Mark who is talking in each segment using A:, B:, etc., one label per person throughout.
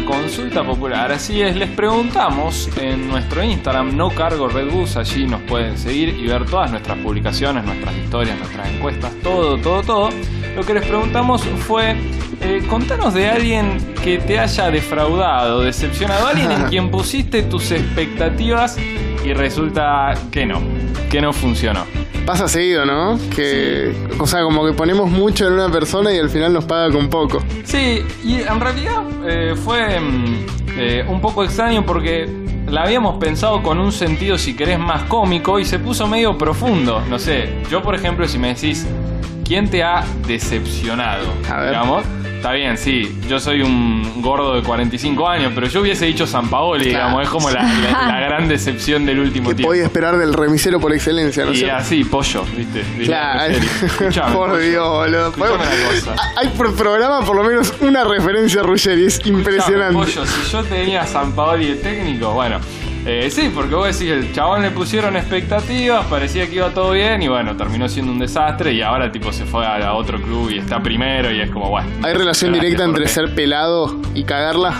A: consulta popular. Así es, les preguntamos en nuestro Instagram, no cargo Redbus, allí nos pueden seguir y ver todas nuestras publicaciones, nuestras historias, nuestras encuestas, todo, todo, todo. Lo que les preguntamos fue, eh, contanos de alguien que te haya defraudado, decepcionado, alguien en quien pusiste tus expectativas y resulta que no, que no funcionó.
B: Pasa seguido, ¿no? Que, o sea, como que ponemos mucho en una persona y al final nos paga con poco.
A: Sí, y en realidad eh, fue mm, eh, un poco extraño porque la habíamos pensado con un sentido, si querés, más cómico y se puso medio profundo. No sé, yo por ejemplo, si me decís, ¿quién te ha decepcionado?
B: A ver.
A: Digamos, está bien, sí, yo soy un gordo de 45 años, pero yo hubiese dicho San Paoli, digamos, es como la, la- la gran decepción del último
B: Que
A: tiempo.
B: podía esperar del remisero por excelencia, ¿no es
A: Y
B: cierto?
A: así, pollo, ¿viste? Diría
B: Claro.
A: Ruggeri. Escuchame,
B: por
A: pollo.
B: Dios, boludo.
A: Escuchame una cosa.
B: Ah, Hay por programa por lo menos una referencia a Ruggeri. Es
A: Escuchame,
B: impresionante.
A: pollo, si yo tenía a San Paoli de técnico, bueno. eh, sí, porque vos decís, el chabón le pusieron expectativas, parecía que iba todo bien y bueno, terminó siendo un desastre y ahora tipo se fue a, a otro club y está primero y es como, bueno.
B: ¿Hay relación
A: gracias,
B: directa entre
A: Jorge.
B: ser pelado y cagarla?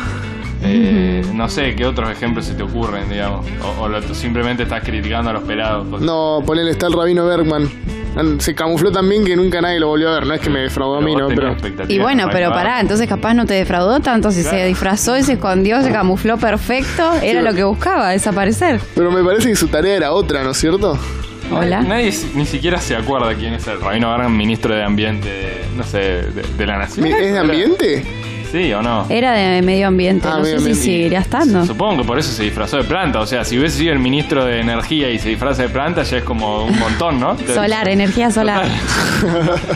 A: Eh, no sé, ¿qué otros ejemplos se te ocurren, digamos? O, o lo- tú simplemente estás criticando a los pelados. porque-
B: No, ponele, está el Rabino Bergman. Ah, Se camufló tan bien que nunca nadie lo volvió a ver. No es que me defraudó a mí,
A: vos
B: ¿no?
A: tenías
B: Pero
A: expectativas
C: Y bueno,
A: para
C: pero
A: acabar.
C: pará, entonces capaz no te defraudó tanto si
A: Claro.
C: se disfrazó y se escondió, se camufló perfecto, era lo que buscaba, desaparecer.
B: pero me parece que su tarea era otra, ¿no es cierto?
C: Hola.
A: Nadie si- ni siquiera se acuerda quién es el Rabino Bergman, ministro de Ambiente, de- no sé, de, de la Nación.
B: Mi- ¿Es de ambiente?
A: Sí o no.
C: Era de medio ambiente,
B: Ah,
C: no
B: medio
C: sé si
B: ambiente.
C: seguiría estando.
A: Supongo que por eso se disfrazó de planta. O sea, si hubiese sido el ministro de Energía y se disfraza de planta, ya es como un montón, ¿no?
C: Solar, energía solar.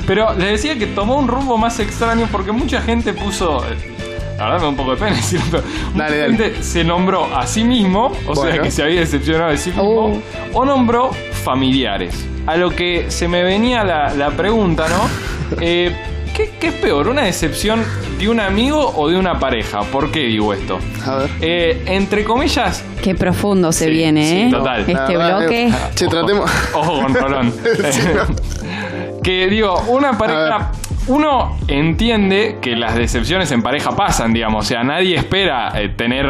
A: Pero les decía que tomó un rumbo más extraño porque mucha gente puso. La verdad me da un poco de pena decirlo. pero Mucha
B: Dale, dale.
A: gente se nombró a sí mismo, o sea
B: Bueno.
A: que se había decepcionado de sí mismo,
C: Uh.
A: o nombró familiares. A lo que se me venía la, la pregunta, ¿no? Eh, ¿qué, ¿Qué es peor? ¿Una decepción de un amigo o de una pareja? ¿Por qué digo esto?
B: A ver.
A: Eh, entre comillas,
C: Qué profundo se
A: Sí,
C: viene,
A: sí,
C: ¿eh?
A: total.
C: Este
B: La verdad,
C: bloque.
B: eh, Che, tratemos.
A: Ojo con Rolón.
B: Sí,
A: Eh, que digo, una
B: A ver.
A: pareja. Uno entiende que las decepciones en pareja pasan, digamos. O sea, nadie espera eh, tener,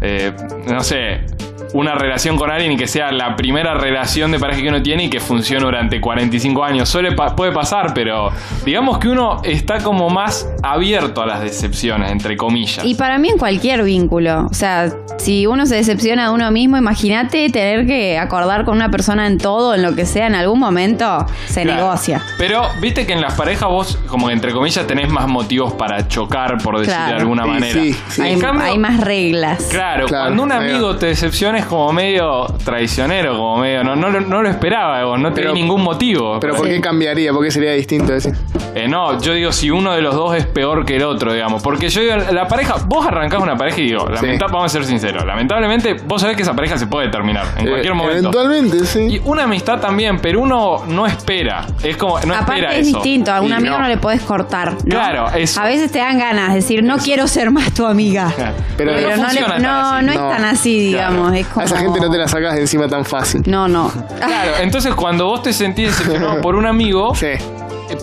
A: eh, no sé, una relación con alguien y que sea la primera relación de pareja que uno tiene y que funcione durante 45 años. Suele pa- puede pasar, pero digamos que uno está como más abierto a las decepciones, entre comillas.
C: Y para mí en cualquier vínculo, o sea, si uno se decepciona de uno mismo, imagínate tener que acordar con una persona en todo, en lo que sea, en algún momento se
A: Claro.
C: negocia.
A: Pero viste que en las parejas vos, como que entre comillas, tenés más motivos para chocar, por decir de
C: Claro.
A: alguna
B: Sí,
A: manera.
B: sí, sí.
A: En
C: Hay,
A: cambio-
C: hay más reglas.
A: Claro,
B: Claro,
A: cuando un
B: ahí va.
A: amigo te decepciona es como medio traicionero, como medio, no, no, lo- no lo esperaba, vos, no
B: Pero-
A: tenía ningún motivo.
B: Pero ¿por
C: Sí.
B: qué cambiaría? ¿Por qué sería distinto? decir?
A: Eh, no, yo digo si uno de los dos es peor que el otro, digamos. Porque yo digo, la pareja, vos arrancás una pareja y digo,
B: Sí.
A: lamenta- vamos a ser sinceros, lamentablemente vos sabés que esa pareja se puede terminar en cualquier
B: Eh,
A: momento.
B: Eventualmente, sí.
A: Y una amistad también, pero uno no espera. Es como, no espera
C: Aparte es
A: eso.
C: distinto, a un
B: Y
C: amigo
B: no.
C: no. le podés cortar. ¿no?
A: Claro, eso.
C: A veces te dan ganas de decir, no quiero ser más tu amiga.
B: Pero
C: Pero,
B: no
C: no, le-
A: funciona tan
C: no,
A: así.
C: no es
B: No.
C: tan así, digamos. Es como...
B: A esa gente no te la sacas de encima tan fácil.
C: No, no.
A: Claro, entonces cuando vos te sentís decepcionado por un amigo,
B: Sí.
A: eh,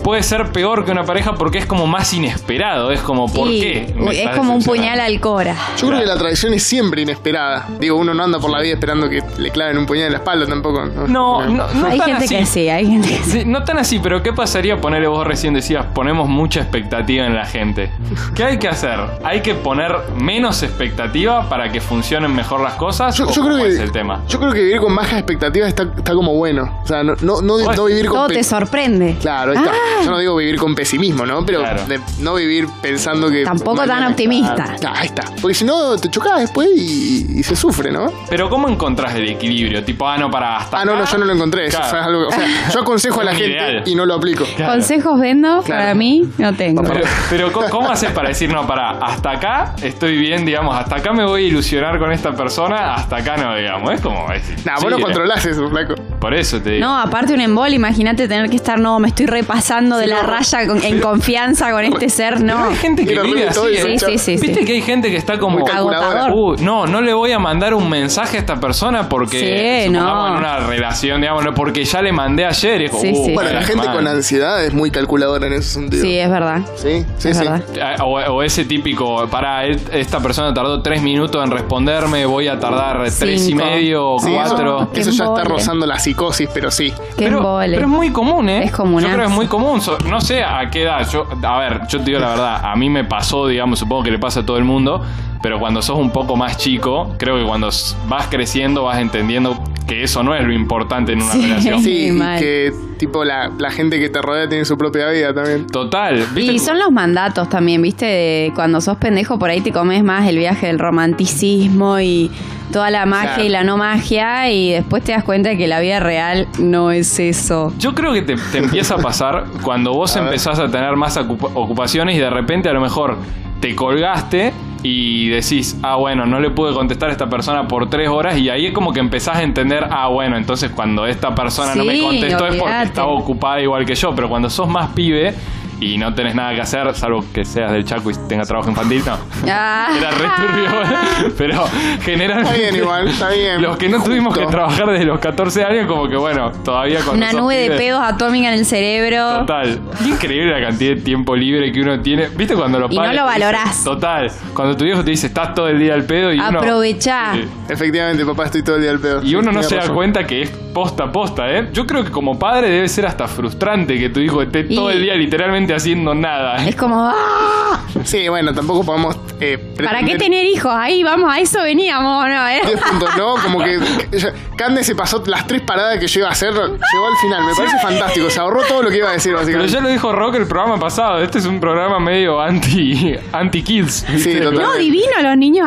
A: puede ser peor que una pareja porque es como más inesperado. Es como, ¿por
C: Sí,
A: qué? me
C: Es
A: estás
C: como un
A: decepcionando?
C: puñal al cora.
B: Yo creo que la traición es siempre inesperada. Digo, uno no anda por la vida esperando que le claven un puñal en la espalda tampoco.
A: No, no, no
C: hay
A: tan
C: gente
A: así.
C: que sí, hay gente que sí.
A: Sí, no tan así, pero ¿qué pasaría ponerle vos recién decías, ponemos mucha expectativa en la gente? ¿Qué hay que hacer? ¿Hay que poner menos expectativa para que funcionen mejor las cosas?
B: Yo,
A: ¿O
B: yo creo
A: cómo
B: que,
A: es el tema?
B: yo creo que vivir con bajas expectativas está, está como bueno. O sea, no, no, no,
A: Bueno,
B: no vivir con.
C: Todo
B: pe-
C: te sorprende.
B: Claro, ahí está.
C: Ah.
B: Yo no digo vivir con pesimismo, ¿no? Pero
A: Claro.
B: de- no vivir pensando que.
C: Tampoco tan optimista.
B: Ah, ahí está. Porque si no, te chocás después y, y se sufre, ¿no?
A: Pero ¿cómo encontrás el equilibrio? Tipo, ah, no, para hasta
B: Ah, no, no,
A: acá.
B: yo no lo encontré. Eso
A: Claro.
B: fue algo- o sea, yo aconsejo a la
A: Un
B: gente
A: ideal.
B: y no lo aplico.
A: Claro.
C: Consejos vendo, para mí no tengo.
A: Pero, pero ¿cómo, cómo haces para decir, no, para, hasta acá estoy bien, digamos, hasta acá me voy a ilusionar con esta persona, hasta acá no, digamos? Es como... Es,
B: Nah,
A: sí,
B: vos no
A: eh,
B: controlás eso, flaco.
A: Por eso te digo.
C: No, aparte un embol, imagínate tener que estar, no, me estoy pasando de la raya con- en confianza con este ser, no.
A: Hay gente que
B: Mira,
A: vive
B: Rubén,
A: así.
B: todo
A: ¿eh?
B: eso,
C: Sí, sí, sí,
A: Viste
C: sí.
A: que hay gente que está como.
B: Muy calculadora.
C: Agotador.
A: "Uh, no, no le voy a mandar un mensaje a esta persona porque
C: Sí,
A: supongamos, en
C: no.
A: una relación, digamos, no, porque ya le mandé ayer. y es como,
C: Sí,
A: "Uh,
C: sí.
B: Bueno, la
A: mal,
B: gente
A: mal".
B: con ansiedad es muy calculadora en ese sentido.
C: Sí, es verdad.
B: Sí, sí,
C: es
B: sí.
C: verdad.
A: Ah, O, o ese típico, para esta persona tardó tres minutos en responderme, voy a tardar tres y
C: Cinco.
A: medio o
B: Sí, eso-
A: Oh, cuatro.
B: Eso, ya está
C: Embole.
B: rozando la psicosis, pero sí.
C: Qué
A: pero,
C: embole.
A: pero es muy común, ¿eh?
C: Es comunazo.
A: Yo creo que es muy común. So- No sé a qué edad. Yo, a ver, yo te digo la verdad. A mí me pasó, digamos, supongo que le pasa a todo el mundo. Pero cuando sos un poco más chico, creo que cuando s- vas creciendo vas entendiendo que eso no es lo importante en una
C: Sí.
A: relación.
B: Sí, y
C: mal.
B: que tipo la, la gente que te rodea tiene su propia vida también.
A: Total. ¿viste?
C: Y son los mandatos también, viste, de cuando sos pendejo por ahí te comes más el viaje del romanticismo y toda la magia
B: Claro.
C: y la no magia y después te das cuenta de que la vida real no es eso.
A: Yo creo que te, te empieza a pasar cuando vos
B: A ver.
A: empezás a tener más ocupa- ocupaciones y de repente a lo mejor te colgaste y decís, ah, bueno, no le pude contestar a esta persona por tres horas y ahí es como que empezás a entender, ah, bueno, entonces cuando esta persona no me
C: Sí,
A: contestó es porque
C: olvídate.
A: estaba ocupada igual que yo, pero cuando sos más pibe y no tenés nada que hacer, salvo que seas del Chaco y tengas trabajo infantil, no.
C: Ah.
A: Era re turbio, pero
B: Está bien
A: generalmente...
B: igual, está bien.
A: Los que no tuvimos que
B: Justo.
A: trabajar desde los 14 años, como que bueno, todavía cuando
C: Una
A: sos
C: nube de
A: pibe-
C: pedos atómica en el cerebro.
A: Total. Qué Increíble la cantidad de tiempo libre que uno tiene. ¿Viste cuando los
C: Y no
A: padres
C: lo
A: te dicen-
C: valorás.
A: total. Cuando tu viejo te dice, estás todo el día al pedo y uno-
C: Aprovechá.
A: Sí.
B: Efectivamente, papá, estoy todo el día al pedo.
A: Y uno no
B: Tenía
A: se da
B: razón.
A: cuenta que es posta a posta, ¿eh? Yo creo que como padre debe ser hasta frustrante que tu hijo esté
C: Y-
A: todo el día literalmente haciendo nada.
C: Es como, ¡ah!
B: Sí, bueno, tampoco podemos. eh,
C: ¿para
B: pretender-
C: qué tener hijos? Ahí vamos, a eso veníamos, ¿no? Era-
B: 10.0, como que que ya- Cande se pasó las tres paradas que yo iba a hacer, llegó al final, me parece fantástico, se ahorró todo lo que iba a decir
A: Pero
B: básicamente.
A: ya lo dijo Rock el programa pasado. Este es un programa medio anti, anti kids.
B: Sí, total.
C: No, divino los niños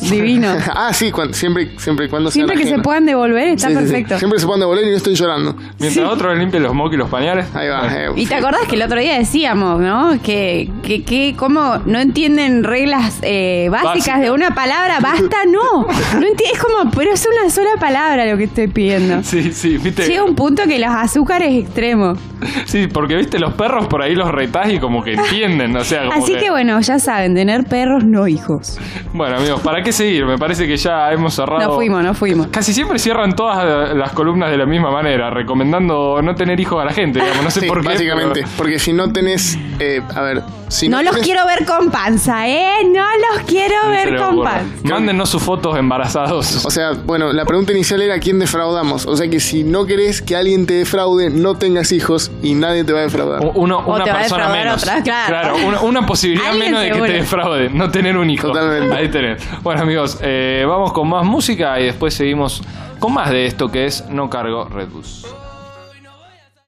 C: divino.
B: Ah, sí, cuan- siempre, siempre y cuando sea
C: Siempre
B: la
C: que se
B: ajena.
C: puedan devolver está
B: Sí, sí, sí.
C: perfecto.
B: Siempre se pueden devolver y no estoy llorando.
A: Mientras otro le limpia los mocos y los pañales.
B: Ahí va. eh,
C: Y te acordás que el otro día decíamos, ¿no? Que, que, que cómo no entienden reglas eh, básicas
A: Básica.
C: de una palabra, basta, no. no enti- es como, pero es una sola palabra lo que estoy pidiendo.
A: Sí, sí, viste.
C: Llega un punto que los azúcares extremos.
A: Sí, porque viste, los perros por ahí los retás y como que entienden, o sea, como
C: Así que bueno, ya saben, tener perros no hijos.
A: Bueno, amigos, ¿para qué seguir? Me parece que ya hemos cerrado.
C: No fuimos, no fuimos.
A: Casi siempre cierran todas las columnas de la misma manera, recomendando no tener hijos a la gente, digamos, no sé
B: sí,
A: por qué.
B: básicamente,
A: pero-
B: porque si no tenés. eh, a ver, si no,
C: No los
B: tenés-
C: quiero ver con panza, ¿eh? No los quiero
A: se
C: ver
A: les
C: con
A: ocurra.
C: panza.
A: Mándennos sus fotos embarazados.
B: O sea, bueno, la pregunta inicial era quién defraudamos. O sea que si no querés que alguien te defraude, no tengas hijos y nadie te va a defraudar.
A: Uno,
C: O
A: una
C: te va a
A: persona
C: defraudar
A: menos.
C: otra, claro.
A: una, una posibilidad
C: Alguien
A: menos de que
C: seguro.
A: te defraude, no tener un hijo.
B: Totalmente.
A: Ahí tenés. Bueno, amigos, eh, vamos con más música y después seguimos con más de esto que es No Cargo Redbus.